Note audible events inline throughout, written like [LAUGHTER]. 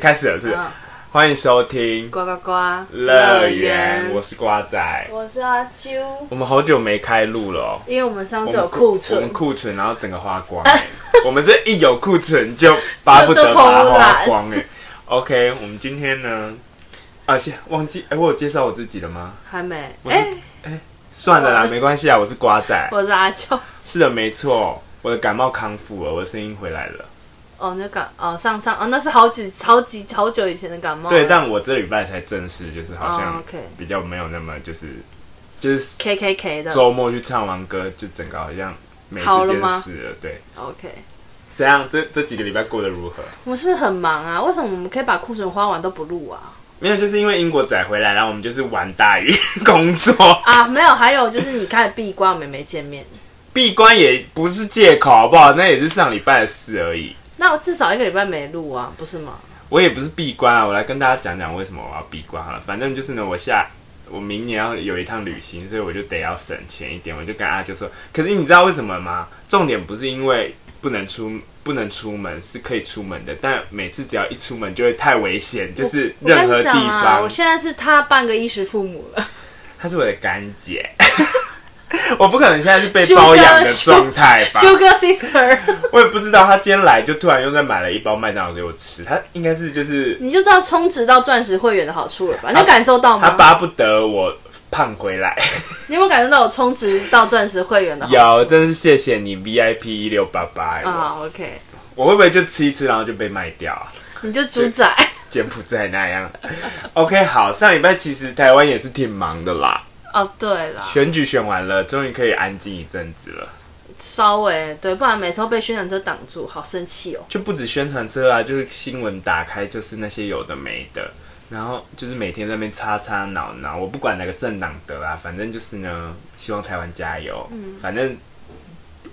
开始了是不是嗯欢迎收听呱呱呱乐园，我是瓜仔。我是阿啾，我们好久没开录了哦，因为我们上我次们有库我存们，库存然后整个花光。 [LAUGHS] 哎我们这一有库存就巴不得就把它偷懒花光哎。OK，我们今天呢，啊，先忘记哎，我有介绍我自己了吗？还没。是哎，算了嗯啦，没关系啊，我是瓜仔。我是阿啾。是的，没错，我的感冒康复了，我的声音回来了。哦，那感哦上上哦，那是好几好几好久以前的感冒了。对，但我这礼拜才正式，就是好哦像，OK 比较没有那么就是就是。 K K K 的。周末去唱完歌，就整个好像没好这了件吗事了。对， OK，怎样？这这几个礼拜过得如何？我们是不是很忙啊？为什么我们可以把库存花完都不录啊？没有，就是因为英国仔回来，然后我们就是玩大鱼工作，啊，没有，还有就是你开始闭关，我们也没见面。闭关也不是借口，好不好？那也是上礼拜的事而已。那我至少一个礼拜没录啊，不是吗？我也不是闭关啊，我来跟大家讲讲为什么我要闭关好了。反正就是呢，我下我明年要有一趟旅行，所以我就得要省钱一点。我就跟阿啾说，可是你知道为什么吗？重点不是因为不能出不能出门，是可以出门的，但每次只要一出门就会太危险，就是我跟任你何地讲啊，方。我现在是他半个衣食父母 [LAUGHS] 了。她是我的干姐， [LAUGHS] 我不可能现在是被包养的 Sugar- 状态吧？ Sugar Sister，我也不知道她今天来就突然又再买了一包麦当劳给我吃，她应该是就是你就知道充值到钻石会员的好处了吧？你有感受到吗？她巴不得我胖回来。你有没有感受到我充值到钻石会员的好处？有，真是谢谢你 VIP 一六八八，啊，OK、o k 我会不会就吃一吃，然后就被卖掉啊？你就主宰柬埔寨那样。OK，好，上礼拜其实台湾也是挺忙的啦，哦，对了，选举选完了，终于可以安静一阵子了。稍微对，不然每次都被宣传车挡住，好生气哦。就不止宣传车啊，就是新闻打开就是那些有的没的，然后就是每天在那边擦擦挠挠，我不管哪个政党得啊，反正就是呢，希望台湾加油，反正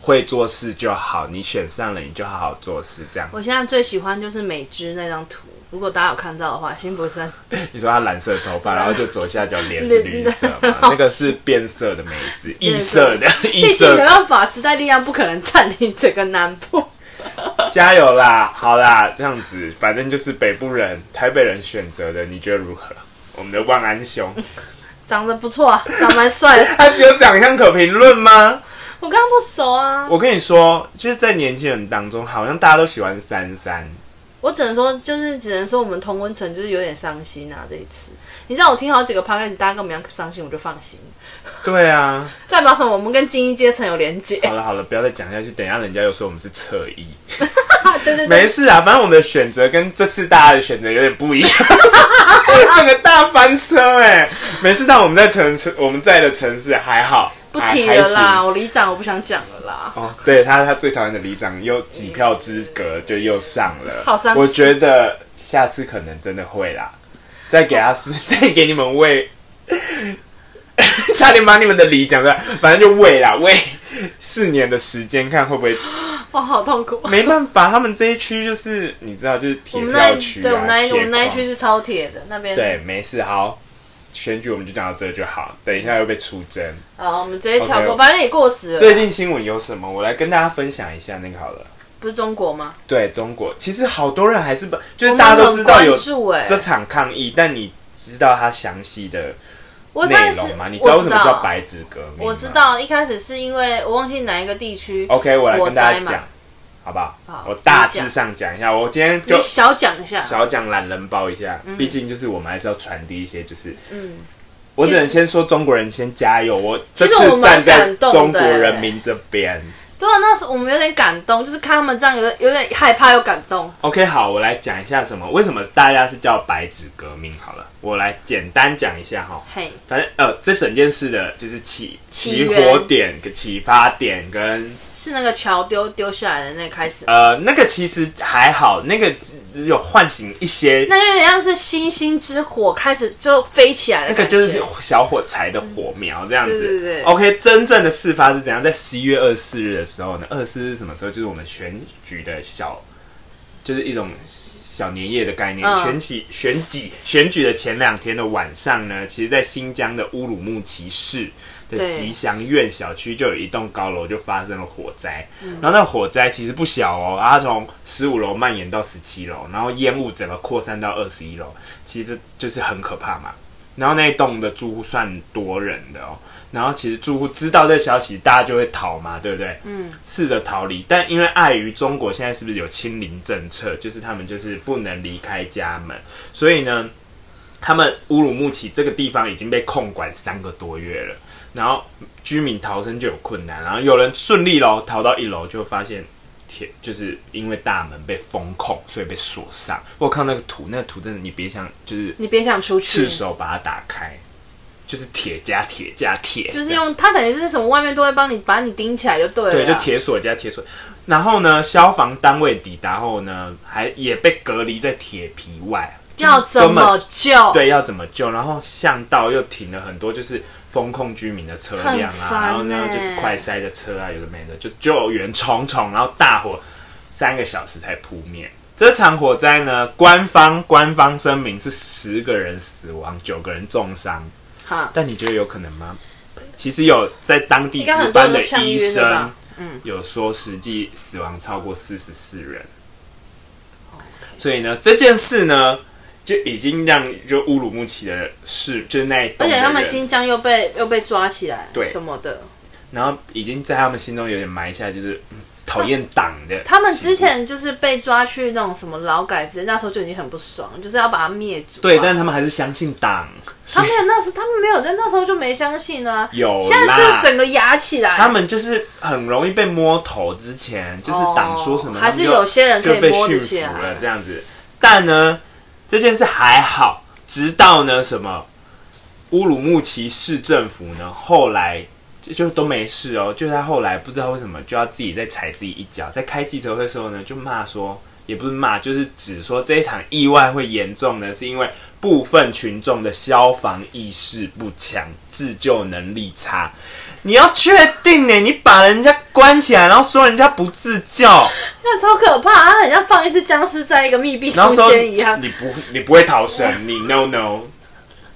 会做事就好，你选上了你就好好做事这样。我现在最喜欢就是美芝那张图，如果大家有看到的话，辛普森你说他蓝色头发，然后就左下角脸是绿色 [LAUGHS] 嘛？那个是变色的梅子，异色的异毕竟色没的，办法，时代力量不可能占领整个南部。 [LAUGHS] 加油啦！好啦，这样子，反正就是北部人、台北人选择的，你觉得如何？我们的万安 [LAUGHS] 兄，长得不错啊，长蛮帅的。他只有长相可评论吗？我跟他不熟啊，我跟你说，就是在年轻人当中，好像大家都喜欢珊珊。我只能说，就是只能说我们同温层就是有点伤心啊。这一次，你知道我听好几个 podcast，大家跟我们一样伤心，我就放心。对啊，代表什么？我们跟精英阶层有连结。好了好了，不要再讲下去，等一下人家又说我们是侧翼。对 [LAUGHS] 对对，没事啊，反正我们的选择跟这次大家的选择有点不一样， [LAUGHS] 整个大翻车哎、每次到我们在城市，我们在的城市还好，不还提哎还了啦，行我里长我不想讲了啦。哦，对他，他最讨厌的里长又几票之隔就又上了，好伤心我觉得下次可能真的会啦，再给他是， [LAUGHS] 再给你们喂， [LAUGHS] 差点把你们的里讲出来，反正就喂啦喂，四年的时间看会不会哦，好痛苦。没办法，他们这一区就是你知道，就是我铁们那票一区、啊、对我们那一我们那铁一区矿是超铁的，那边。对，没事，好，选举我们就讲到这就好，等一下又被出征。啊好，我们直接跳 OK，过，我反正也过时了。最近新闻有什么？我来跟大家分享一下那个好了。不是中国吗？对中国，其实好多人还是不，就是我大家们都很知道关有注哎，这场抗议，但你知道它详细的我一内开始容吗？你知道为我什知么叫道，白纸革命吗我知。道一开始是因为我忘记哪一个地区， OK，我来火跟大家灾嘛讲，好不好？好我大你讲致上讲一下。我今天就你小讲一下。小讲懒人包一下，毕竟就是我们还是要传递一些，就是嗯，我只能先说中国人先加油，我其这实我次蛮站在感动的中国人民这边。对啊，那时候我们有点感动，就是看他们这样有点有点害怕又感动。 OK，好，我来讲一下什么，为什么大家是叫白纸革命？好了，我来简单讲一下哈。嘿，反正呃，这整件事的就是起起起源火点、启发点跟是那个桥丢丢下来的那个开始，呃那个其实还好，那个只有唤醒一些那就有点像是星星之火开始就飞起来的那个感觉。就是小火柴的火苗这样子。对对对 OK，真正的事发是怎样？在十一月二十四日的时候呢，二十四是什么时候？就是我们选举的小，就是一种小年夜的概念。嗯选起选举选举的前两天的晚上呢，其实在新疆的乌鲁木齐市的对吉祥苑小区就有一栋高楼就发生了火灾，然后那火灾其实不小哦，它从十五楼蔓延到十七楼，然后烟雾整个扩散到二十一楼，其实就是很可怕嘛。然后那一栋的住户算多人的哦，然后其实住户知道这个消息，大家就会逃嘛，对不对？嗯，试着逃离，但因为碍于中国现在是不是有清零政策，就是他们就是不能离开家门，所以呢，他们乌鲁木齐这个地方已经被控管三个多月了，然后居民逃生就有困难，然后有人顺利喽逃到一楼，就发现铁就是因为大门被封控，所以被锁上。我看那个图，那个图真的你别想就是你别想出去赤，手把它打开，就是铁加铁加铁，就是用它等于是什么外面都会帮你把你钉起来就对了对，啊，就铁锁加铁锁。然后呢，消防单位抵达后呢，还也被隔离在铁皮外，就是要怎根本么救？对，要怎么救？然后巷道又停了很多，就是封控居民的车辆很啊，烦然后呢欸就是快塞的车啊，有的没的，就救援重重，然后大火三个小时才扑灭。这场火灾呢，官方官方声明是十个人死亡，九个人重伤，哈，但你觉得有可能吗？其实有在当地应该值很多班人的都呛医晕了生吧，？嗯，有说实际死亡超过四十四人。所以呢，这件事呢，就已经让就乌鲁木齐的市，就是那一而栋的且人，他们新疆又被又被抓起来，对什么的。然后已经在他们心中有点埋下就是嗯讨厌党的。 [LAUGHS] 他们之前就是被抓去那种什么劳改之类，那时候就已经很不爽，就是要把它灭族啊、对，但他们还是相信党，他没有那时，他们没有在那时候就没相信啊。有现在就啦。整个压起来，他们就是很容易被摸头，之前就是党说什么，哦他还们是就有些人可就以被摸得驯起服了来。这样子。但呢，这件事还好，直到呢什么乌鲁木齐市政府呢，后来就就都没事哦，就他后来不知道为什么就要自己再踩自己一脚，在开记者会的时候呢，就骂说。也不是骂，就是指说这一场意外会严重呢，是因为部分群众的消防意识不强，自救能力差。你要确定呢，你把人家关起来，然后说人家不自救，那超可怕，它很像放一只僵尸在一个密闭然后空说间一样，你你不你不会逃生， [LAUGHS] 你 no no，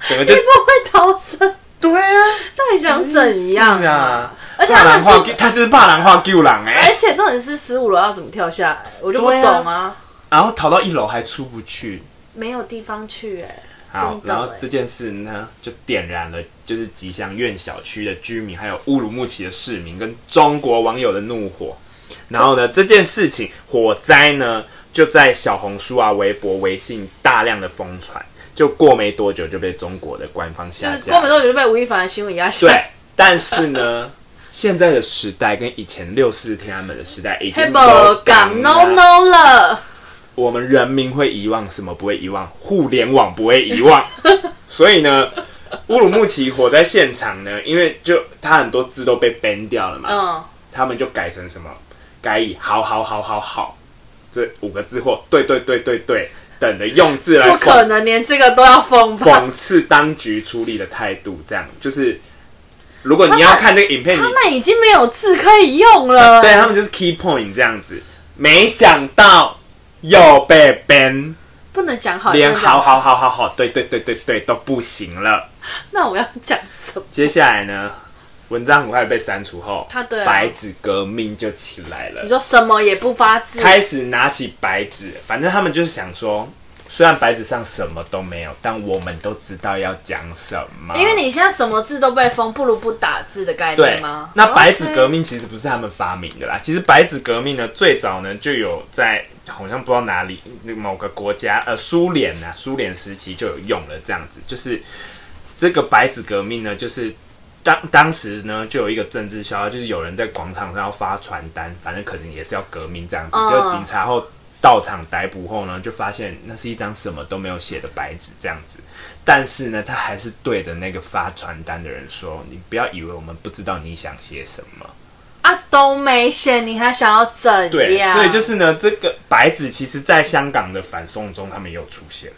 整个就不会逃生，对啊，到底想怎样是？啊，而且怕他狼们话住，救，他就是怕狼话救狼哎、而且重点是十五楼要怎么跳下来，我就不对啊懂啊，然后逃到一楼还出不去，没有地方去哎、好，真的然后欸这件事呢就点燃了就是吉祥苑小区的居民，还有乌鲁木齐的市民跟中国网友的怒火。然后呢，这件事情火灾呢就在小红书啊、微博、微信大量的疯传，就过没多久就被中国的官方下就架是了。过没多久就被吴亦凡的新闻压下来对。，但是呢，现在的时代跟以前六四天安门的时代已经黑有宝港 no 了 no 了，我们人民会遗忘什么？不会遗忘，互联网不会遗 [LAUGHS] 忘。所以呢，乌鲁木齐火灾现场呢，因为就它很多字都被 ban 掉了嘛，嗯，他们就改成什么？改以“好好好好好”这五个字或“对对对对对”等的用字来不讽可能连这个都要封吧？讽刺当局处理的态度。这样就是，如果你要看这个影片，你他们已经没有字可以用了，对他们就是 key point 这样子。没想到又被 ban，不能讲好，连不能讲好，好好好好，对对对对对都不行了。那我要讲什么？接下来呢，文章很快被删除后，他对啊白纸革命就起来你了，说什么也不发字，开始拿起白纸，反正他们就是想说。虽然白纸上什么都没有，但我们都知道要讲什么。因为你现在什么字都被封，不如不打字的概对念吗？哦那白纸革命命其实不是他们发明的啦，其实白纸革命呢，最早呢就有在好像不知道哪里某个国家，呃，苏联呐，苏联时期就有用了这样子，就是这个白纸革命呢，就是。当当时呢，就有一个政治消息，就是有人在广场上要发传单，反正可能也是要革命这样子。嗯就警察后到场逮捕后呢，就发现那是一张什么都没有写的白纸这样子。但是呢，他还是对着那个发传单的人说：“你不要以为我们不知道你想写什么。啊都没写，你还想要”怎样？对，所以就是呢，这个白纸其实在香港的反送中他们也有出现，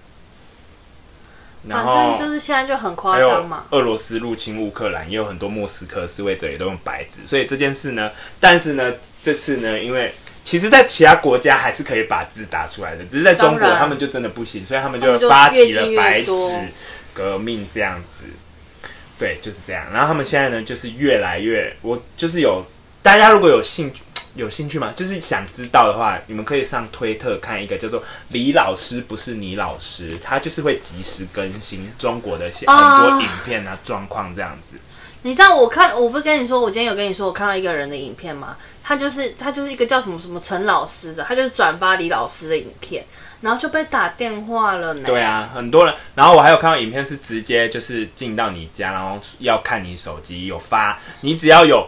然反后正就是现在就很夸还张有嘛。俄罗斯入侵乌克兰，也有很多莫斯科示威者也都用白纸，所以这件事呢，但是呢，这次呢，因为其实，在其他国家还是可以把字打出来的，只是在中国当然他们就真的不行，所以他们他们就发起越了进越白纸多革命这样子。对，就是这样。然后他们现在呢，就是越来越，我就是有大家如果有兴趣。有兴趣吗？就是想知道的话，你们可以上推特看一个叫做“李老师不是你老师”，他就是会及时更新中国的一些很多啊影片啊、状况这样子。你知道我看，我不是跟你说，我今天有跟你说我看到一个人的影片吗？他就是他就是一个叫什么什么陈老师的，他就是转发李老师的影片，然后就被打电话了呢。对啊，很多人。然后我还有看到影片是直接就是进到你家，然后要看你手机有发，你只要有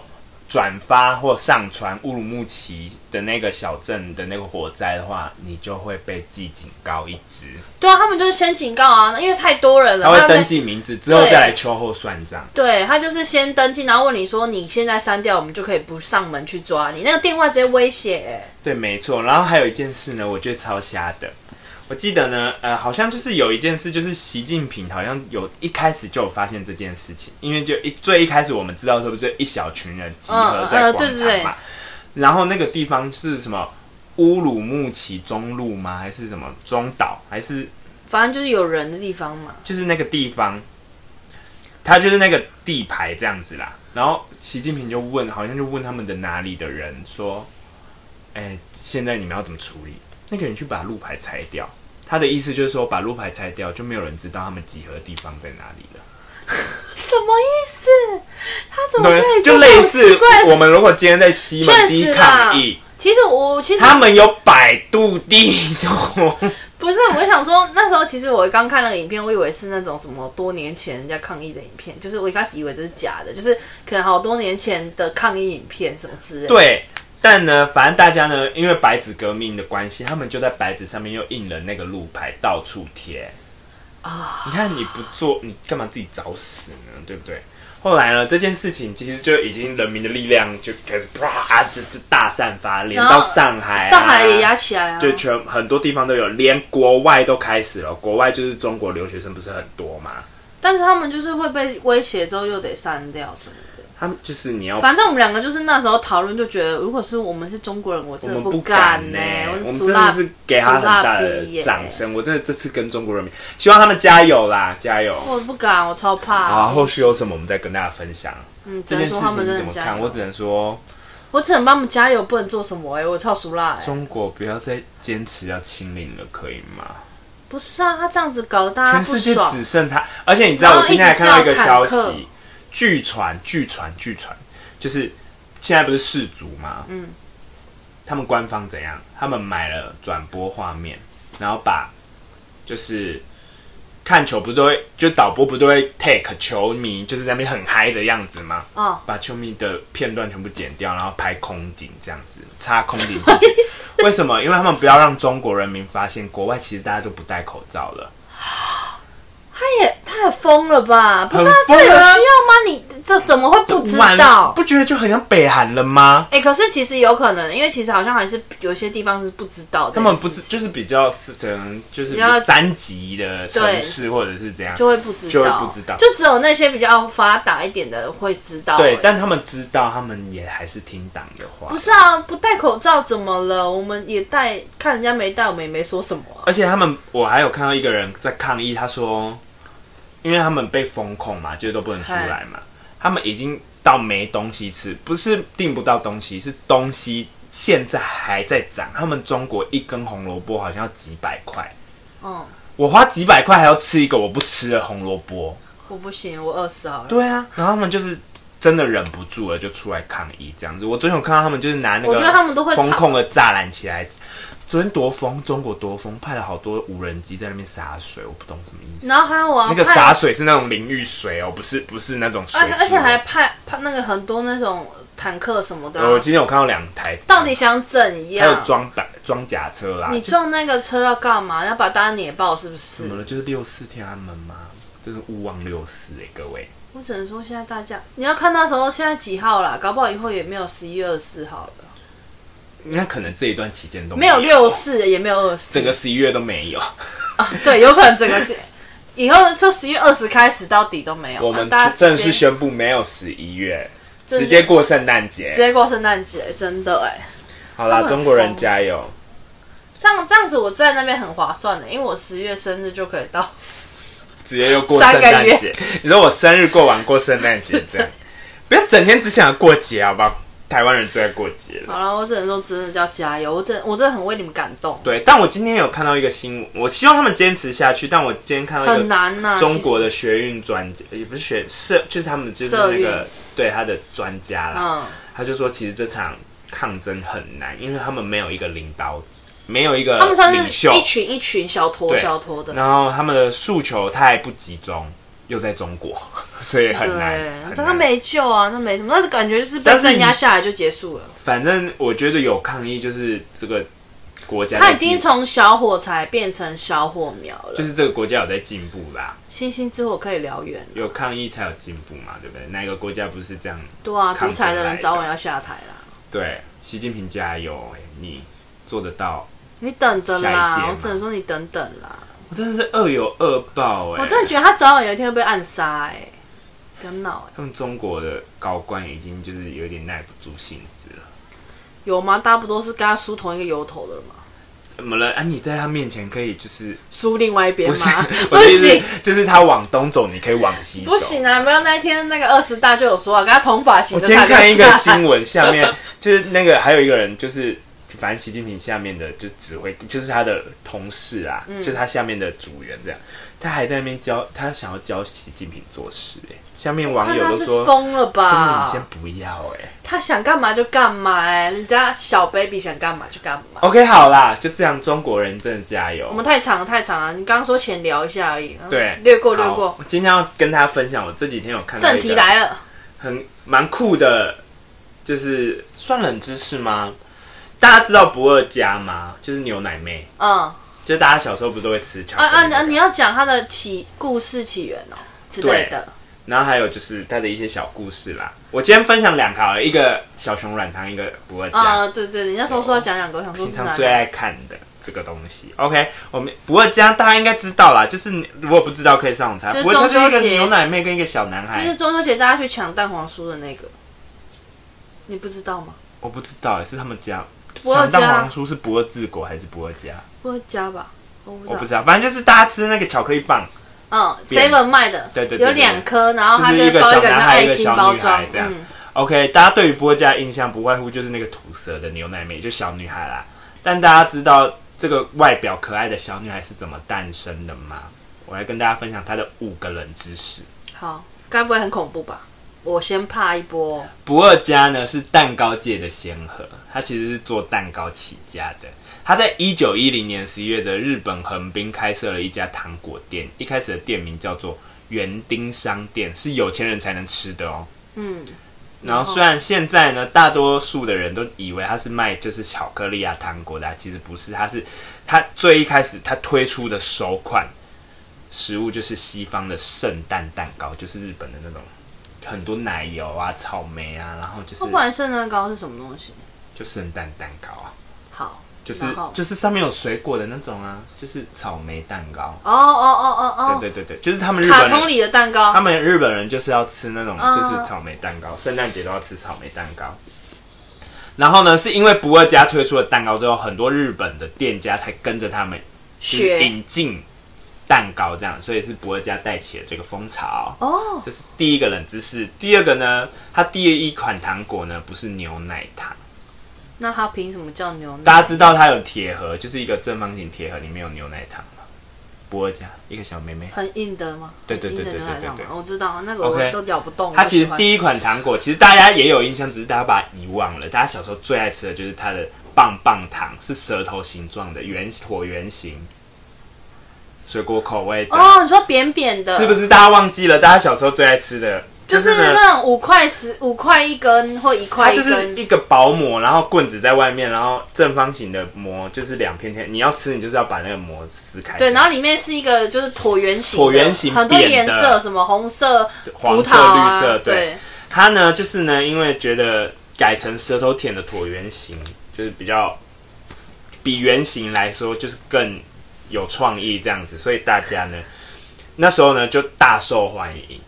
转发或上传乌鲁木齐的那个小镇的那个火灾的话，你就会被记警告一职，对啊，他们就是先警告啊，因为太多人了，他会们登记名字之后对再来秋后算账。对他就是先登记，然后问你说你现在删掉，我们就可以不上门去抓你。那个电话直接威胁、欸对，没错。然后还有一件事呢，我觉得超瞎的。我记得呢，呃，好像就是有一件事，就是习近平好像有一开始就有发现这件事情，因为就一最一开始我们知道是不是一小群人集合在嗯嗯广对对场对嘛，然后那个地方是什么乌鲁木齐中路吗？还是什么中岛？还是反正就是有人的地方嘛。就是那个地方，他就是那个地牌这样子啦。然后习近平就问，好像就问他们的哪里的人说：“哎、现在你们要怎么处理？那个人去把路牌拆掉。”他的意思就是说，把路牌拆掉，就没有人知道他们集合的地方在哪里了。什么意思？他怎么可对，以就做类这种似奇怪的我事？们如果今天在西门町确实啊啦抗议，其实我其实他们有百度地图。不是，我想说那时候其实我刚看那个影片，我以为是那种什么多年前人家抗议的影片，就是我一开始以为这是假的，就是可能好多年前的抗议影片什么之类的。对，但呢，反正大家呢，因为白纸革命的关系，他们就在白纸上面又印了那个路牌，到处贴。啊、你看你不做，你干嘛自己找死呢？对不对？后来呢，这件事情其实就已经人民的力量就开始啪，就就大散发，连然后到上海、啊，上海也压起来啊！就全很多地方都有，连国外都开始了。国外就是中国留学生不是很多嘛，但是他们就是会被威胁之后又得删掉什么的。他们就是你要反正我们两个就是那时候讨论，就觉得如果是我们是中国人，我我真的们不敢敢呢、欸呢、我我们是苏真的大是给他很大的苏辣逼耶掌声。我真的这次跟中国人民，希望他们加油啦，加油！我不敢，我超怕。好，啊后续有什么我们再跟大家分享。嗯，只这能件事说情他们你真怎么的加看？油。我只能说，我只能帮他们加油，不能做什么哎、我超熟辣哎、中国不要再坚持要清零了，可以吗？不是啊，他这样子搞得大家全不世界爽。只剩他，而且你知道，然后我今天还看到一个消一直叫坦克息，据传，据传，据传，就是现在不是世足吗？嗯，他们官方怎样？他们买了转播画面，然后把就是看球不都会，就导播不都会 take 球迷，就是在那边很嗨的样子吗？哦，把球迷的片段全部剪掉，然后拍空景这样子，插空 [LAUGHS] 景进去。为什么？因为他们不要让中国人民发现，国外其实大家都不戴口罩了。他也他也疯了吧？不是、啊很，疯这啊有需要吗？你这怎么会不知晚道？不觉得就啊很像北韩了吗？哎、可是其实有可能，因为其实好像还是有些地方是不知道的，他们不是就是比较是可能就是比比较三级的城市或者是怎样，就会不知道，就会不知道就只有那些比较发达一点的会知道、对哎，但他们知道，他们也还是听党的话不。是啊，不戴口罩怎么了？我们也戴，看人家没戴，我们也没说什么啊、而且他们，我还有看到一个人在抗议，他说，因为他们被封控嘛，就是都不能出来嘛，他们已经到没东西吃，不是订不到东西，是东西现在还在涨。他们中国一根红萝卜好像要几百块，嗯，我花几百块还要吃一个我不吃的红萝卜。我不行，我饿死好了。对啊，然后他们就是真的忍不住了，就出来抗议这样子。我最近有看到他们就是拿那我觉得他个们都会风吵控的栅栏起来。昨天多风，中国多风，派了好多无人机在那边洒水，我不懂什么意思。然后还有啊，那个派洒水是那种淋浴水哦，不是不是那种水柱而且而且还派派那个很多那种坦克什么的啊、我今天有看到两台，到底啊想怎还有样？装甲装甲车啦，你撞那个车要干嘛？要把大家碾爆是不是怎？么了？就是六四天安门吗？真是勿忘六四哎、各位。我只能说现在大家，你要看那时候现在几号啦，搞不好以后也没有十一月二十四号了，哦应该可能这一段期间都没有六，四也没有二四整，个十一月都没有。啊对，有可能整个是以后就十一月二十开始到底都没有，啊我们大家直接正式宣布没有十一月，正式直接过圣诞节直。接过圣诞节，真的哎、好啦他，们很中国人疯加油！这样这样子我在那边很划算的，因为我十月生日就可以到。直接又过圣三诞个月节。你说我生日过完过圣诞节 [LAUGHS] 这样，不要整天只想着过节好不好？台湾人最爱过节了。好了，我只能说真的叫加油，我真我真的很为你们感动，对，但我今天有看到一个新闻，我希望他们坚持下去。但我今天看到一很个难呐、中国的其实学运专家，也不是学社，就是他们就是社那运个对他的专家啦，嗯，他就说其实这场抗争很难，因为他们没有一个领导者，没有一个他们算领是袖一，群一群小坨呃对小坨的，然后他们的诉求太不集中，又在中国， [LAUGHS] 所以很难。对，很但他难没救啊，那没什么，但是感觉就是但被是镇压你下来就结束了。反正我觉得有抗议就是这个国家他在已经进，从小火柴变成小火苗了，就是这个国家有在进步啦，星星之火可以燎原。有抗议才有进步嘛，对不对？哪一个国家不是这样？对啊，抗独裁的争来人的早晚要下台啦，对，习近平加油、哎你做得到！你等着下一届啦嘛！我只能说你等等啦。我真的是恶有恶报哎、我真的觉得他早晚有一天会被暗杀哎、不要闹哎、他们中国的高官已经就是有点耐不住性子了。有吗？大家不都是跟他梳同一个油头的吗？怎么了？啊，你在他面前可以就是梳另外一边不是？吗？[LAUGHS] 我不的意思行。是就是他往东走，你可以往西走。不行啊！不要那一天那个二十大就有说啊，跟他同发型我的今天才看一留个下来新闻，下面就是那个还有一个人，就是反正习近平下面的就指挥，就是他的同事啊，嗯就是他下面的组员这样，他还在那边教他想要教习近平做事、欸，下面网看友他都是说。疯真了的，吧你？先不要哎、他想干嘛就干嘛哎、人家小 baby 想干嘛就干嘛。 OK，好啦，就这样，中国人真的加油我。们太长了，太长了。你刚刚说浅聊一下而已，嗯对，略过略好过。。今天要跟大家分享，我这几天有看到正一题个来了，很蛮酷的，就是算冷知识吗？大家知道不二家吗？就是牛奶妹。嗯，啊就是大家小时候不都会吃巧克力啊那个、啊！你要讲他的起故事起源哦之类的。然后还有就是它的一些小故事啦。我今天分享两个好了，一个小熊软糖，一个不二家，啊，对对，你那时候说要讲两个，我想说平是哪常里最？爱看的这个东西。OK，我们不二家大家应该知道啦，就是你如果不知道可以上网查。就是不二家就是一中秋个节牛奶妹跟一个小男就孩，是中秋节大家去抢蛋黄酥的那个，你不知道吗？我不知道是他们家。不二想家当皇叔是不二治国还是不二家？不会加吧？我不我不知道。知道，反正就是大家吃那个巧克力棒，嗯变，seven 卖的，对对对对有两颗，然后它就是一个包小个像男孩爱一个心小包女装孩，这样嗯， OK，大家对于波家的印象不外乎就是那个土色的牛奶妹，就小女孩啦。但大家知道这个外表可爱的小女孩是怎么诞生的吗？我来跟大家分享她的五个冷知识。好，该不会很恐怖吧？我先怕一波哦。不二家呢是蛋糕界的先河，它其实是做蛋糕起家的。它在一九一零年十一月的日本横滨开设了一家糖果店，一开始的店名叫做园丁商店，是有钱人才能吃的哦。嗯，然后虽然现在呢，大多数的人都以为它是卖就是巧克力啊、糖果的、啊，其实不是，它是它最一开始它推出的首款食物就是西方的圣诞蛋糕，就是日本的那种很多奶油啊、草莓啊，然后就是那哦不然圣诞糕是什么东西？就圣诞蛋糕啊，好，就是然后就是上面有水果的那种啊，就是草莓蛋糕。哦哦哦哦对对对对，就是他们哦，日卡本人通里的蛋糕他，们日本人就是要吃那种嗯就是草莓蛋糕，圣诞节都要吃草莓蛋糕。然后呢，是因为不二家推出了蛋糕之后，很多日本的店家才跟着他们就是雪引进蛋糕，这样，所以是不二家带起了这个风潮。哦，这是第一个冷知识。第二个呢，它第一款糖果呢不是牛奶糖，那它凭什么叫牛奶？大家知道它有铁盒，就是一个正方形铁盒，里面有牛奶糖嘛。不二家一个小妹妹，很硬的吗？对对对对很硬的牛对奶对糖吗对我知道那个 OK 我都咬不动。它其实我喜欢第一款糖果，其实大家也有印象，只是大家把它遗忘了。大家小时候最爱吃的就是它的棒棒糖，是舌头形状的圆椭圆形，水果口味的，哦，你说扁扁的，是不是？是？大家忘记了，大家小时候最爱吃的，就是呢，那种五块十五块一根或一它块一就是根，一个薄膜，然后棍子在外面，然后正方形的膜就是两片片，你要吃你就是要把那个膜撕开，对，然后里面是一个就是椭圆形的，椭圆形很多扁的颜色，什么红色、黄葡色、萄啊绿色，对。对，他呢，就是呢，因为觉得改成舌头舔的椭圆形，就是比较比圆形来说，就是更有创意这样子，所以大家呢，那时候呢就大受欢迎。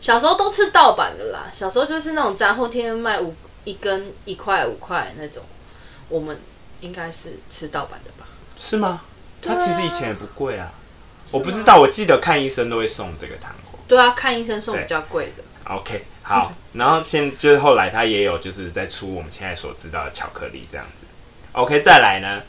小时候都吃盗版的啦，小时候就是那种杂货店卖五一根一块五块那种。我们应该是吃盗版的吧？是吗？对它啊其实以前也不贵啊，我不知道，我记得看医生都会送这个糖果。对啊，看医生送对比较贵的。 OK，好，然后现就是后来它也有就是在出我们现在所知道的巧克力这样子。OK，再来呢，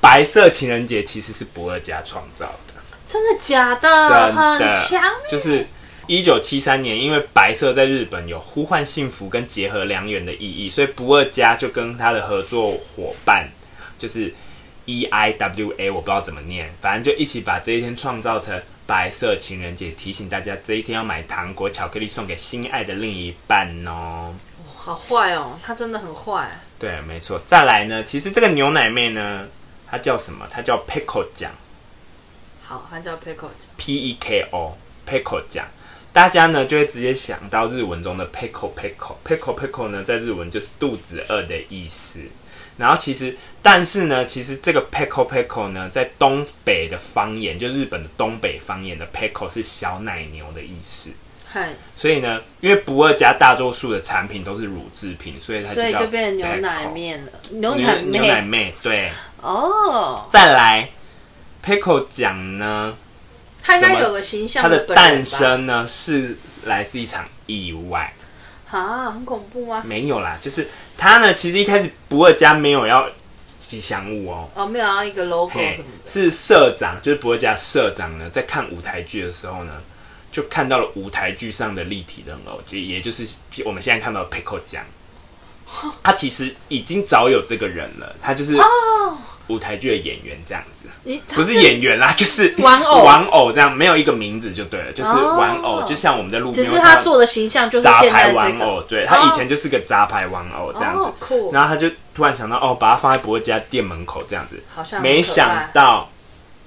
白色情人节其实是不二家创造的。真的假的？真的呃很强，欸就是一九七三年，因为白色在日本有呼唤幸福跟结合良缘的意义，所以不二家就跟他的合作伙伴就是 E I W A，我不知道怎么念，反正就一起把这一天创造成白色情人节，提醒大家这一天要买糖果、巧克力送给心爱的另一半哦。好坏哦，他真的很坏。对，没错。再来呢，其实这个牛奶妹呢，它叫什么？它叫 Pickle 酱。好，他叫 Pickle， P E K O pickle 酱，大家呢就会直接想到日文中的 pickle pickle pickle pickle 呢，在日文就是肚子饿的意思。然后其实，但是呢，其实这个 pickle pickle 呢，在东北的方言，就日本的东北方言的 pickle 是小奶牛的意思。嗨，所以呢，因为不二家大多数的产品都是乳制品，所以它所以叫就变成牛 pickle 奶面了，牛牛奶牛奶面妹对。哦，再来 pickle 酱呢，他应该有个形象它的本人吧诞生呢是来自一场意外，啊，很恐怖吗？没有啦，就是它呢其实一开始不二家没有要吉祥物哦，哦，没有要一个 logo 嘿什么的，是社长，就是不二家社长呢在看舞台剧的时候呢。就看到了舞台剧上的立体人偶，就也就是我们现在看到的 Pickle [LAUGHS] 酱，他其实已经早有这个人了，他就是哦舞台剧的演员这样子。你不是，演员啦，就是玩偶玩偶这样，没有一个名字就对了，就是哦玩偶，就像我们在路只边是会他看到做的形象就是杂现在牌玩这个，偶，对他以前就是个杂牌玩偶这样子哦，，酷，然后他就突然想到，哦，把它放在博家店门口这样子，好像很可爱没想到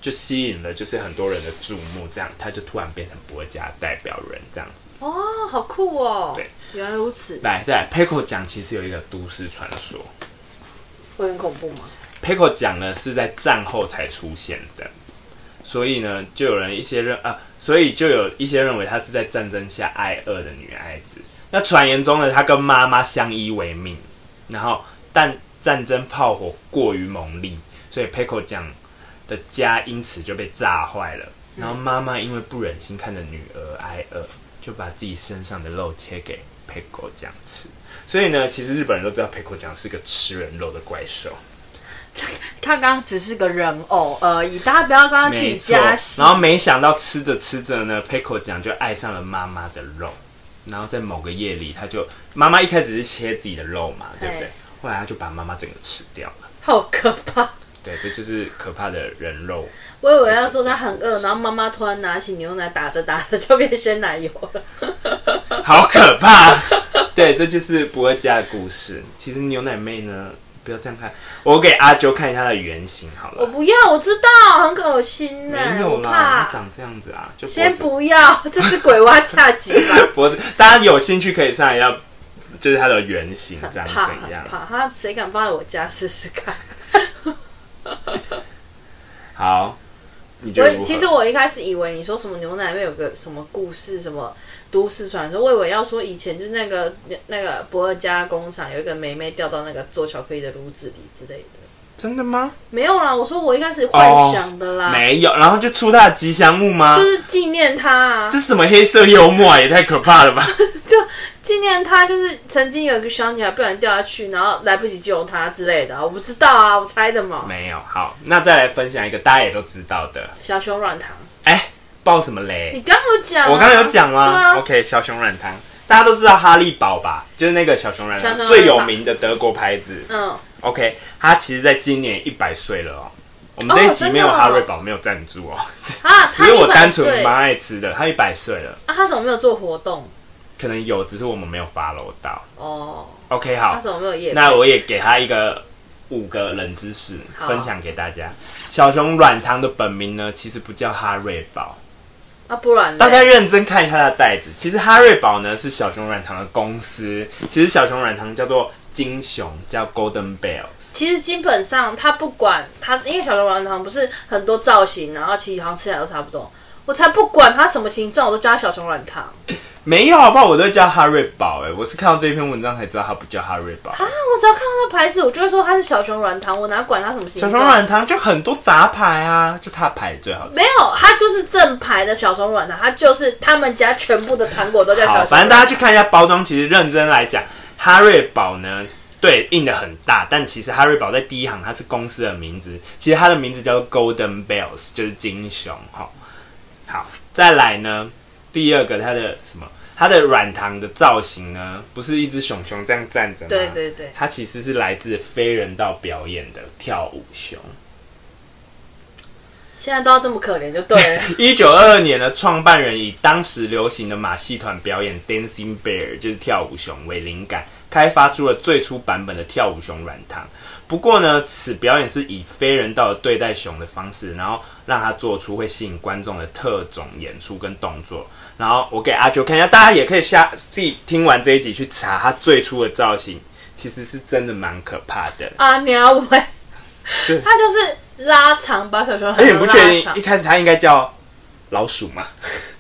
就吸引了就是很多人的注目，这样他就突然变成博家代表人这样子。哦，好酷哦，对，原来如此，来，再来 p i c o 讲其实有一个都市传说会很恐怖吗？ p i c o 讲呢是在战后才出现的，所以呢，就有人一些认啊，所以就有一些认为她是在战争下爱恶的女孩子。那传言中呢，她跟妈妈相依为命，然后但战争炮火过于猛烈，所以 Pickle 酱的家因此就被炸坏了。然后妈妈因为不忍心看着女儿挨饿，就把自己身上的肉切给 Pickle 酱吃。所以呢，其实日本人都知道 Pickle 酱是个吃人肉的怪兽。他刚刚只是个人偶而已，大家不要帮他自己没错加，戏然。后没想到吃着吃着呢，Pickle 酱就爱上了妈妈的肉，然后在某个夜里，他就妈妈一开始是切自己的肉嘛，对不对嘿？后来他就把妈妈整个吃掉了。好可怕！对，这就是可怕的人肉。我以为要说他很饿，然后妈妈突然拿起牛奶打着打着就变鲜奶油了。好可 [LAUGHS] 怕！对，这就是不二家的故事。其实牛奶妹呢，不要这样看，我给阿啾看一下她的原型好我了。不要，我知道，很恶心呢、没有我啦，她怕。长这样子啊，就脖先子不要，这是鬼蛙恰吉 [LAUGHS] 吧？脖子。大家有兴趣可以上来要，就是她的原型很这样怕，怎很样？怕。他谁敢放在我家试试看？好，你觉得如我何？其实我一开始以为你说什么牛奶妹有个什么故事，什么都市传说，我以为要说以前就是那个那个博尔加工厂有一个妹妹掉到那个做巧克力的炉子里之类的。真的吗？没有啦，我说我一开始哦幻想的啦，没有，然后就出她的吉祥物吗啊就？是纪念她、啊这，什么黑色幽默啊，也太可怕了吧！ [LAUGHS] 纪念她就是曾经有一个小女孩不小心掉下去，然后来不及救她之类的啊，我不知道啊，我猜的嘛。没有，好，那再来分享一个大家也都知道的，小熊软糖，哎、爆什么雷？你刚有讲啊、我刚刚有讲吗、对啊 o k 小熊软糖，大家都知道哈利堡吧？就是那个小熊软小糖熊软糖最有名的德国牌子。嗯， OK，它其实在今年一百岁了哦。我们这一集哦真的哦没有哈瑞堡，没有赞助哦，啊，只她是我100单纯岁蛮啊，爱吃的。它一百岁了，她怎么没有做活动？可能有，只是我们没有 follow 到。哦， OK，她好，怎么没有夜？那我也给他一个五个冷知识好分享给大家。小熊软糖的本名呢，其实不叫哈瑞堡，啊，不然呢大家认真看一下它的袋子。其实哈瑞堡呢是小熊软糖的公司，其实小熊软糖叫做金熊，叫 Golden Bell。其实基本上它不管它，因为小熊软糖不是很多造型，然后其实好像吃起来都差不多。我才不管它什么形状，我都叫它小熊软糖。没有好不好？我都叫哈瑞堡哎、我是看到这篇文章才知道它不叫哈瑞堡。啊，我只要看到那牌子，我就会说它是小熊软糖，我哪管它什么形小状？熊软糖就很多杂牌啊，就它牌最好吃。没有，它就是正牌的小熊软糖，它就是他们家全部的糖果都叫小熊好，软糖。反正大家去看一下包装。其实认真来讲，哈瑞堡呢，对，印的很大，但其实哈瑞堡在第一行它是公司的名字，其实它的名字叫做 Golden Bells，就是金熊哈。好，再来呢，第二个它的什么？它的软糖的造型呢，不是一只熊熊这样站着吗？对对对，它其实是来自非人道表演的跳舞熊。现在都要这么可怜就 [LAUGHS] 对了。一九二二年的创办人以当时流行的马戏团表演 Dancing Bear 就是跳舞熊为灵感，开发出了最初版本的跳舞熊软糖。不过呢，此表演是以非人道的对待熊的方式，然后让它做出会吸引观众的特种演出跟动作。然后我给阿九看一下，大家也可以下自己听完这一集去查它最初的造型，其实是真的蛮可怕的。啊，鸟尾这，它就是拉长把小熊软而且你糖不拉确 [LAUGHS] 定长一，开始它应该叫老鼠吗？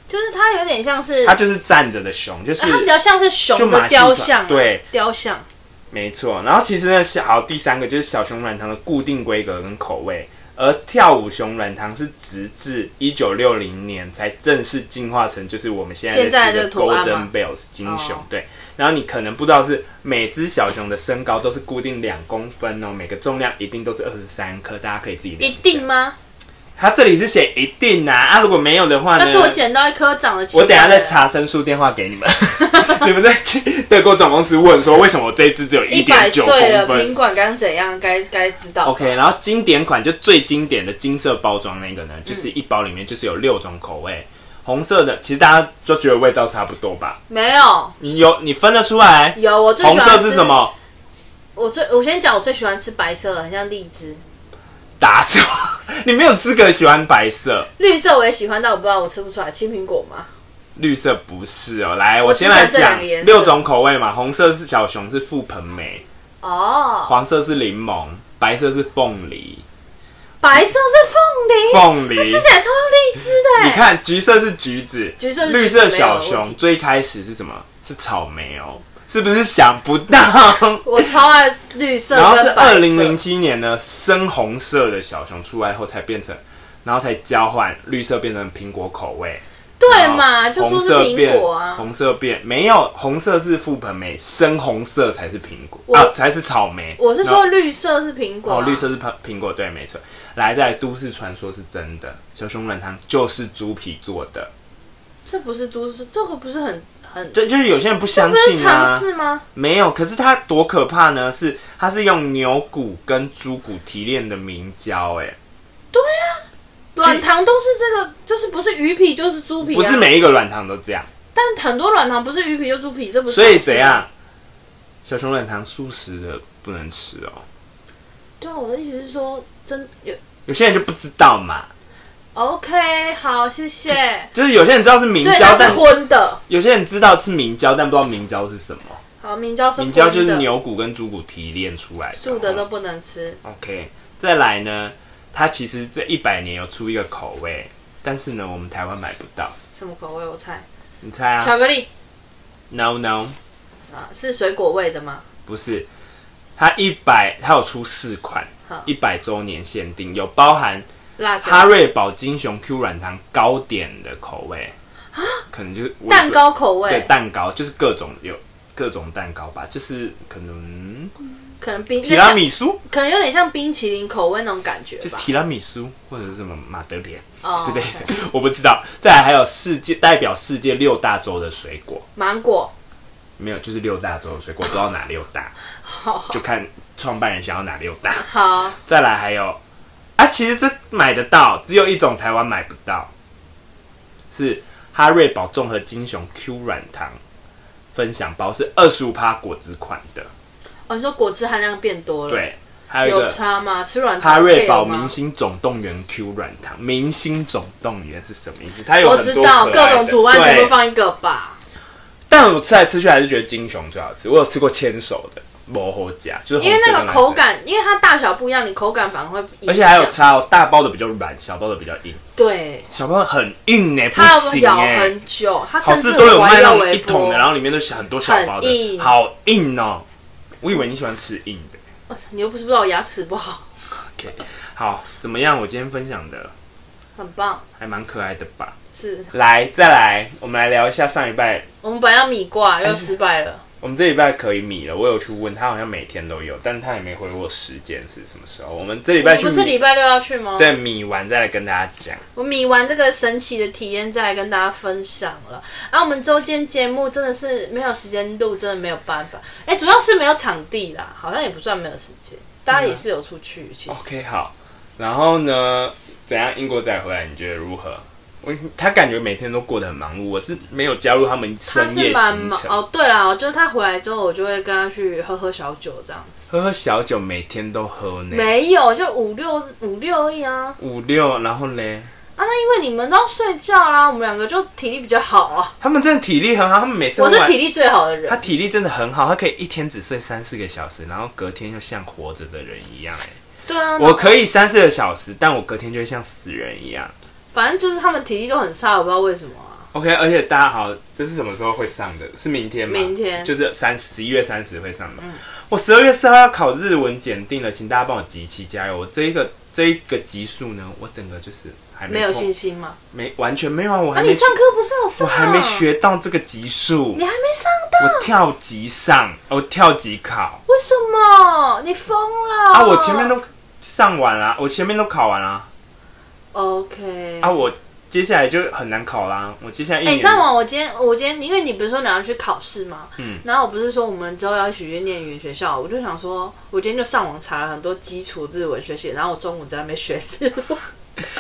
就是它有点像是，它啊就是站着的熊，就是它 [LAUGHS] 比较像是就熊马的戏雕团像啊，对雕像。没错，然后其实呢，小好第三个就是小熊软糖的固定规格跟口味，而跳舞熊软糖是直至一九六零年才正式进化成就是我们现在现在在吃的这个图案 Golden 吗 Bells 金熊、哦对。然后你可能不知道是每只小熊的身高都是固定两公分哦，每个重量一定都是二十三克，大家可以自己量一下定。吗？它这里是写一定啊，啊如果没有的话呢？但是我捡到一颗长得奇我怪等一下再查申诉电话给你们， [LAUGHS] 你们再去德国总公司问说为什么我这一只只有一一点百九岁了，公分品。管该怎样？该该知道吧。 OK，然后经典款就最经典的金色包装那个呢，嗯就是一包里面就是有六种口味，红色的其实大家就觉得味道差不多吧？没有你有你分得出来？有，我最喜红欢色吃是什？么？我最我先讲，我最喜欢吃白色的，很像荔枝。打错， [LAUGHS] 你没有资格喜欢白色，绿色我也喜欢，但我不知道我吃不出来。青苹果嘛，绿色不是哦。来，我我先只喜来欢这两讲个颜色六种口味嘛，红色是小熊，是覆盆梅；哦，黄色是柠檬，白色是凤梨，白色是凤梨，凤梨。它吃起来超像荔枝的。你，看，橘色是橘子，橘色是橘子绿色小没有问熊，题最开始是什么？是草莓哦，是不是想不 [LAUGHS] 到？我超爱绿色然后是跟白色。二零零七年呢，深红色的小熊出来后才变成，然后才交换绿色变成苹果口味，对然嘛？后就说红是色苹变果啊。红色变没有红色是覆盆梅，深红色才是苹果我啊，才是草莓。我是然后说绿色是苹果啊、哦，绿色是苹苹果，对，没错。来，在都市传说是真的，小熊软糖就是猪皮做的。这不是都市，这个不是很很，这就是有些人不这相不是信尝啊，试吗？没有。可是它多可怕呢？是它是用牛骨跟猪骨提炼的明胶，哎，啊软糖都是这个，就是不是鱼皮就是猪皮、啊，不是每一个软糖都这样。但很多软糖不是鱼皮就猪皮，这不是所以啊常识怎样？小熊软糖素食的不能吃哦，对啊，我的意思是说，真有有些人就不知道嘛。 OK，好，谢谢。就是有些人知道是明所以胶它，但是荤的，有些人知道是明胶，但不知道明胶是什么。好，明胶是明荤胶的，就是牛骨跟猪骨提炼出来的，哦素的都不能吃。 OK，再来呢，它其实这一百年有出一个口味，但是呢，我们台湾买不到。什么口味？我猜、你猜啊？巧克力 No No，啊，是水果味的吗？不是，它一百它有出四款好，一百周年限定有包含辣椒哈瑞堡金熊 Q 软糖糕点的口味，可能就是我也不啊蛋糕口对味，蛋糕就是各种有各种蛋糕吧，就是可能可能冰提拉米苏，可能有点像冰淇淋口味那种感觉就吧。提拉米苏或者是什么马德莲哦之类的，我不知道。再来还有世界代表世界六大洲的水果，芒果，没有就是六大洲的水果，不知道哪六 [LAUGHS] 大。好好就看创办人想要哪六大。好，再来还有啊，其实这买得到，只有一种台湾买不到，是哈瑞堡综合金熊 Q 软糖分享包，是二十五趴果汁款的。哦，你说果汁含量变多了，，对，还有一有个差吗？吃软糖哈瑞配了堡吗明星总动员 Q 软糖，明星总动员是什么意思？它有我很知多道可各爱种的图案全对部放一个吧。但我吃来吃去还是觉得金熊最好吃，我有吃过牵手的。模糊夹，就是因为红色那跟蓝个口色，感，因为它大小不一样，你口感反而会影响而且还有差哦，大包的比较软，小包的比较硬。对，小包很硬呢、不它要行咬哎、很久，它好甚事至多有我怀卖那疑要种一微波桶的，然后里面都是很多小包很硬的，好硬哦、我以为你喜欢吃硬的。 [LAUGHS] 你又不是不知道我牙齿不好， OK，好，怎么样？我今天分享的很棒，还蛮可爱的吧？是来，再来，我们来聊一下上礼拜，我们本来要米挂又失败了。我们这礼拜可以米了。我有去问他，好像每天都有，但他也没回我时间是什么时候。我们这礼拜你去不是礼米，拜六要去吗？对，米完再来跟大家讲。我米完这个神奇的体验再来跟大家分享了。啊，我们周间节目真的是没有时间录，真的没有办法。哎、主要是没有场地啦，好像也不算没有时间，大家也是有出去，其实。 OK，好。然后呢，怎样？英国仔回来，你觉得如何？我他感觉每天都过得很忙碌，我是没有加入他们他深是夜蛮行忙程，哦，对啦，就是他回来之后，我就会跟他去喝喝小酒这样。喝喝小酒，每天都喝呢，没有，就五六五六而已啊五六，然后嘞，啊！那因为你们都要睡觉啦，我们两个就体力比较好啊。他们真的体力很好，他们每次我是晚体力最好的人他，体力真的很好，他可以一天只睡三四个小时，然后隔天又像活着的人一样、欸。对啊，我可以三四个小时，但我隔天就会像死人一样。哎反正就是他们体力都很差，我不知道为什么啊。 OK，而且大家好，这是什么时候会上的？是明天吗？明天嗯就是三十一月三十会上的。我十二月四号要考日文检定了，请大家帮我集齐加油。我这一个这一个集数呢，我整个就是还没有碰信心吗？没完全没有啊，我啊，还没你学、上课不是有上？啊我还没，学到这个集数你，还没上到，我跳级上，我跳级考。为什么？你疯了啊，我前面都上完啦，我前面都考完啦， OK 啊，。我接下来就很难考啦，我接下来一哎、年，你知道吗？我今天，我今天，因为你不是说你要去考试吗？嗯然后我不是说我们之后要一起去念语言学校，我就想说，我今天就上网查了很多基础日文学习，然后我中午在那边学 [LAUGHS] 日文。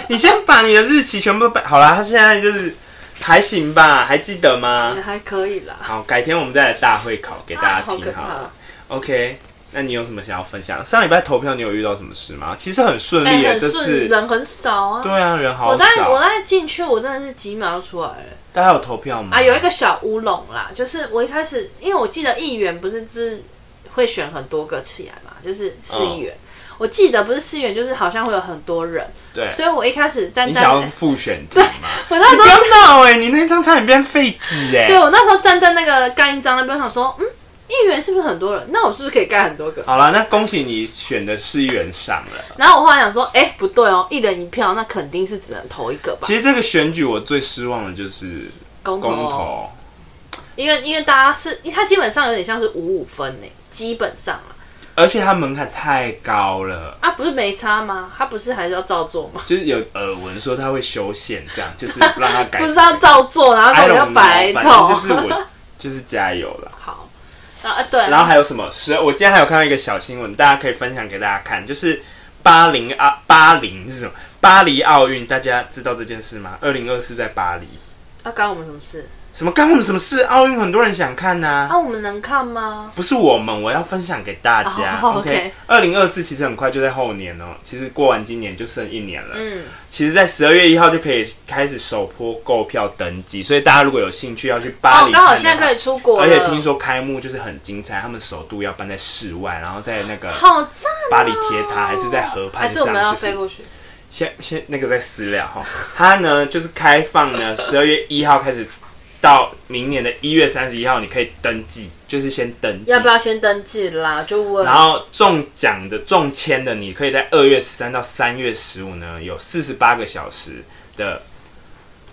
你先把你的日期全部都摆好啦，他现在就是还行吧，还记得 [LAUGHS] 吗？还可以啦，好，改天我们再来大会考给大啊家好可听好了怕。， OK，那你有什么想要分享？上礼拜投票你有遇到什么事吗？其实很顺哎、利耶，很这顺，次人很少啊。对啊，人好我大概我少。大概进去，我真的是几秒就出来了。大家有投票吗？啊，有一个小乌龙啦，就是我一开始，因为我记得议员不是是会选很多个起来嘛，就是市议员。嗯我记得不是市议员，就是好像会有很多人，对，所以我一开始站你站，想要我复选题吗？ [LAUGHS] 那你时不候，要闹哎，你那张差点变废纸哎对。我那时候站在那个盖印章那边，我想说，嗯，议员是不是很多人？那我是不是可以盖很多个？好了，那恭喜你选的市议员上了。然后我后来想说，哎、不对哦，一人一票，那肯定是只能投一个吧？其实这个选举我最失望的就是公投，公投，因为因为大家是，它基本上有点像是五五分呢，基本上啊，而且它门槛太高了，啊，不是没差吗？它不是还是要照做吗？就是有耳闻说它会修宪，这样 [LAUGHS] 就是让它改。不是要照做，然后还给有要白反正头。就是我就是加油了。 [LAUGHS] 好，然后啊对，然后还有什么？十，我今天还有看到一个小新闻，大家可以分享给大家看，就是巴黎啊，巴黎是什么？巴黎奥运，大家知道这件事吗？二零二四在巴黎，要干啊我们什么事？什么干我们什么事？奥运很多人想看呐、啊，我们能看吗？不是我们，我要分享给大家。哦 OK，二零二四其实很快就在后年哦，其实过完今年就剩一年了。嗯，其实，在十二月一号就可以开始首播购票登记，所以大家如果有兴趣要去巴哦，黎，刚好现在可以。出国了，而且听说开幕就是很精彩，他们首都要办在室外，然后在那个好赞哦，巴黎铁塔还是在河还畔是我上，们要就飞是过去？先先那个在私聊哈，它呢就是开放 [LAUGHS] 呢，十二月一号开始到明年的一月三十一号，你可以登记，就是先登记，要不要先登记啦？就问然，后中奖的中签的，你可以在二月十三到三月十五呢，有四十八个小时的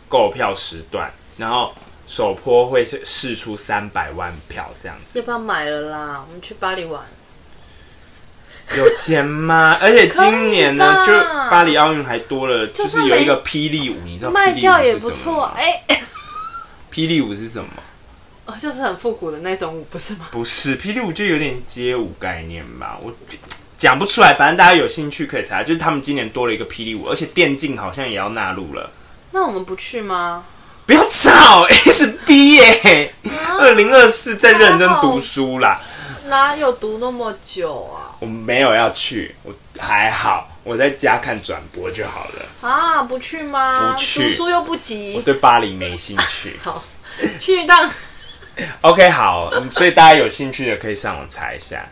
购票时段，然后首波会是试出三百万票这样子，要不要买了啦？我们去巴黎玩，有钱吗？而且今年呢，可就以吧巴黎奥运还多了，就就是有一个霹雳舞，你知道霹雳卖舞掉也是不什么啊错吗。哎，霹雳舞是什么？哦就是很复古的那种舞，不是吗？不是霹雳舞，就有点街舞概念吧，我。讲不出来，反正大家有兴趣可以查，就是他们今年多了一个霹雳舞，而且电竞好像也要纳入了。 [LAUGHS] 那我们不去吗？不要吵，S D 耶！啊二零二四在认真读书啦。哪有读那么久啊？我没有要去，我还好，我在家看转播就好了。啊，不去吗？不去读书又不我急，对巴黎没兴 [LAUGHS] 趣。好，去一趟 OK，好，嗯所以大家有兴趣的可以上网查一下。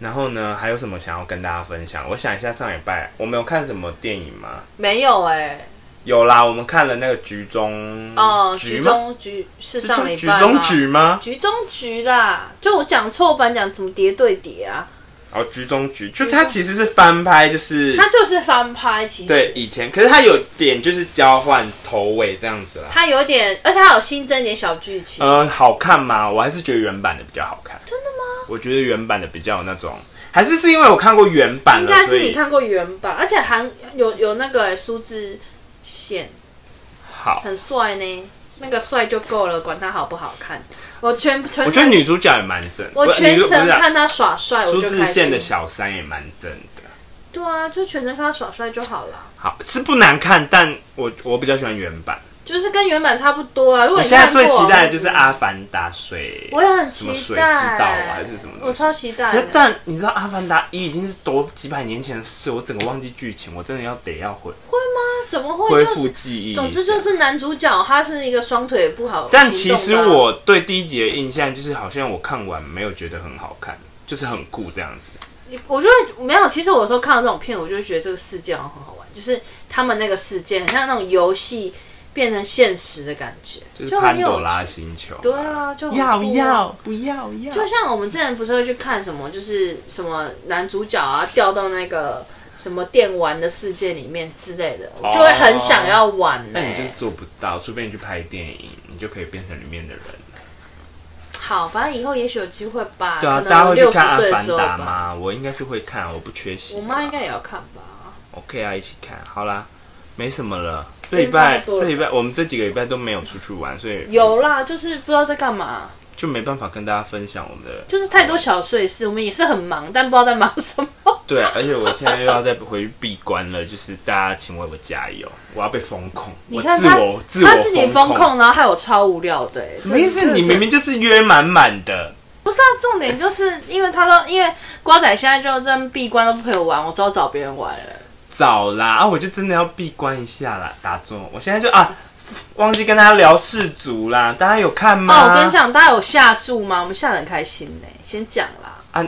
然后呢，还有什么想要跟大家分享？我想一下，上礼拜我们有看什么电影吗？没有哎、有啦，我们看了那个《局中》哦、嗯局局吗？中局是是上叫礼局拜中吗？局吗？局中局啦，就我讲错版讲怎么叠对叠啊，哦，《局中局》就它其实是翻拍，就是它就是翻拍，其实对以前，可是它有点就是交换头尾这样子啦。它有点，而且它有新增一点小剧情。嗯、好看吗？我还是觉得原版的比较好看。真的吗？我觉得原版的比较有那种，还是是因为我看过原版应了，该所是你以看过原版，而且韩有有那个苏志燮好。很帅呢，那个帅就够了，管他好不好看。我全全我觉得女主角也蛮正，我不全女主不程是啊看他耍帅，我苏就志开燮心的。小三也蛮正的。对啊，就全程看他耍帅就好了，好是不难看，但我我比较喜欢原版。就是跟原版差不多啊。如果我你现在看过啊最期待的就是《阿凡达》水，我也很什么水之期待，道啊还是什么东西我超期待可是的。但你知道《阿凡达一》已经是多几百年前的事，我整个忘记剧情，我真的要得要回怎么会恢就复是？记忆。总之就。是男主角他是一个双腿不好，但其实行动吧我对第一集的印象就是，好像我看完没有觉得很好看，就是很酷这样子。我觉得没有，其实我有时候看到这种片，我就觉得这个世界好像很好玩，就是他们那个世界很像那种游戏变成现实的感觉，就是就潘很有朵拉趣星球。对啊，就很要酷啊要不要要？就像我们之前不是会去看什么，就是什么男主角啊掉到那个什么电玩的世界里面之类的，我就会很想要玩欸呢、哦那你就是做不到，除非你去拍电影，你就可以变成里面的人。好，反正以后也许有机会吧。对啊，可大家能会六去十看《阿岁的凡时候达》吧。吗？我应该是会看，我不缺席的我啦。妈应该也要看吧。 OK 啊，一起看好啦，没什么了。这今天礼拜差不多这了礼拜我们这几个礼拜都没有出去玩，所以有啦，就是不知道在干嘛，就没办法跟大家分享我们的。就是太多小碎事，我们也是很忙，但不知道在忙什么。对，而且我现在又要再回去闭关了，就是大家请为我加油，我要被封控，你我看自他我 [LAUGHS] 自他我自己封风，控，然后害我超无聊的、欸。什么意这思？这你明明就是约满满的。不是啊？重点就是因为他都因为瓜仔现在就在闭关都不陪我玩，我只好找别人玩了。早啦啊！我就真的要闭关一下啦，打中。我现在就啊，忘记跟大家聊氏族啦，大家有看吗？哦，我跟你讲，大家有下注吗？我们下得很开心呢、先讲啦。啊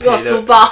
有赔了书包，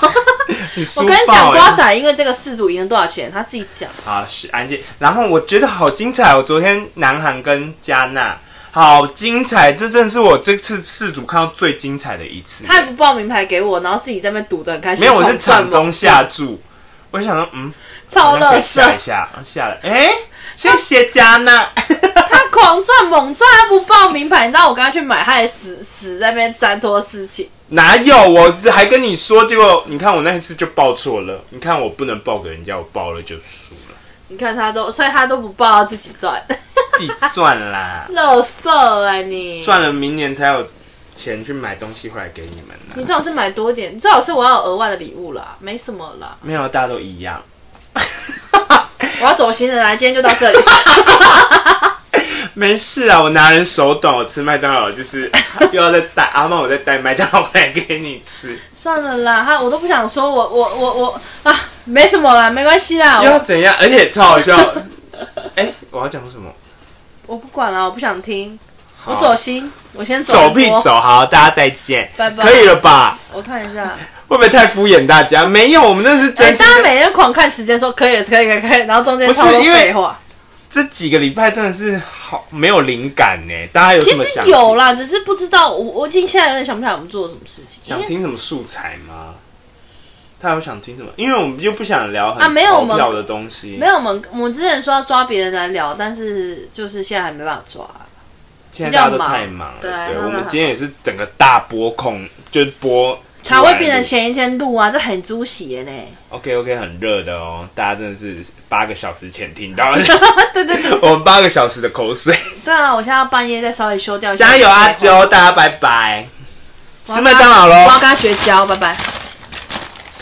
你输我爆跟欸，你讲，瓜仔因为这个四组赢了多少钱，他自己讲。好是安静。然后我觉得好精彩哦，昨天南韩跟加纳好精彩，这正是我这次世足看到最精彩的一次。他也不报名牌给我，然后自己在那边赌的很开心。没有，我是狂场赚中下注，我想说嗯，超好像可哦乐以下色一，下，下了，哎、谢谢加纳。他狂赚猛赚，他不报名牌，你知道我跟他去买，他还死死在那边三拖四请。哪有？我这还跟你说，结果你看我那一次就报错了。你看我不能报给人家，我报了就输了，你看他都，所以他都不报，自己赚，，自己赚啦 [LAUGHS] 乐色啊你！赚了明年才有钱去买东西回来给你们你呢。最好是买多一点，你最好是我要有额外的礼物啦，没什么啦。没有，大家都一样。我要走行人啦，今天就到 [LAUGHS] 这里。没事啊，我拿人手短，我吃麦当劳就是 [LAUGHS] 又要再带阿妈，我再带麦当劳回来给你吃，算了啦，他我都不想说我我我我啊，没什么啦，没关系啦，又要怎样？而且超好笑。哎、我要讲什么？我我不管了，我不想听，好我走心，我先哦走一屁波，走，好，大家再见，拜拜可以了吧？我看一下。会不会太敷衍大家？没有，我们那是哎、真心大家的。每天狂看时间，说可以了，可以了，可以了，然后中间不是超多因为废话。这几个礼拜真的是好没有灵感呢，大家有其什么想实有啦，只是不知道我，我已经现在有点想不起来我们做了什么事情。想因为听什么素材吗？他有想听什么？因为我们又不想聊很啊没有我们跳的东西，没有我们，我们之前说要抓别人来聊，但是就是现在还没办法抓。现在大家都比较忙太忙了。对对，慢慢我们来今天也是整个大播控，就是播才会变成前。前一天录啊，这很猪血呢。 [LAUGHS] OK OK，很热的哦，大家真的是八个小时前听到的对对对，我们八个小时的口水，对啊，我现在要半夜再稍微修掉一下。啊加油阿啾，大家拜拜，吃麦当劳我喽要。跟他绝交，拜拜。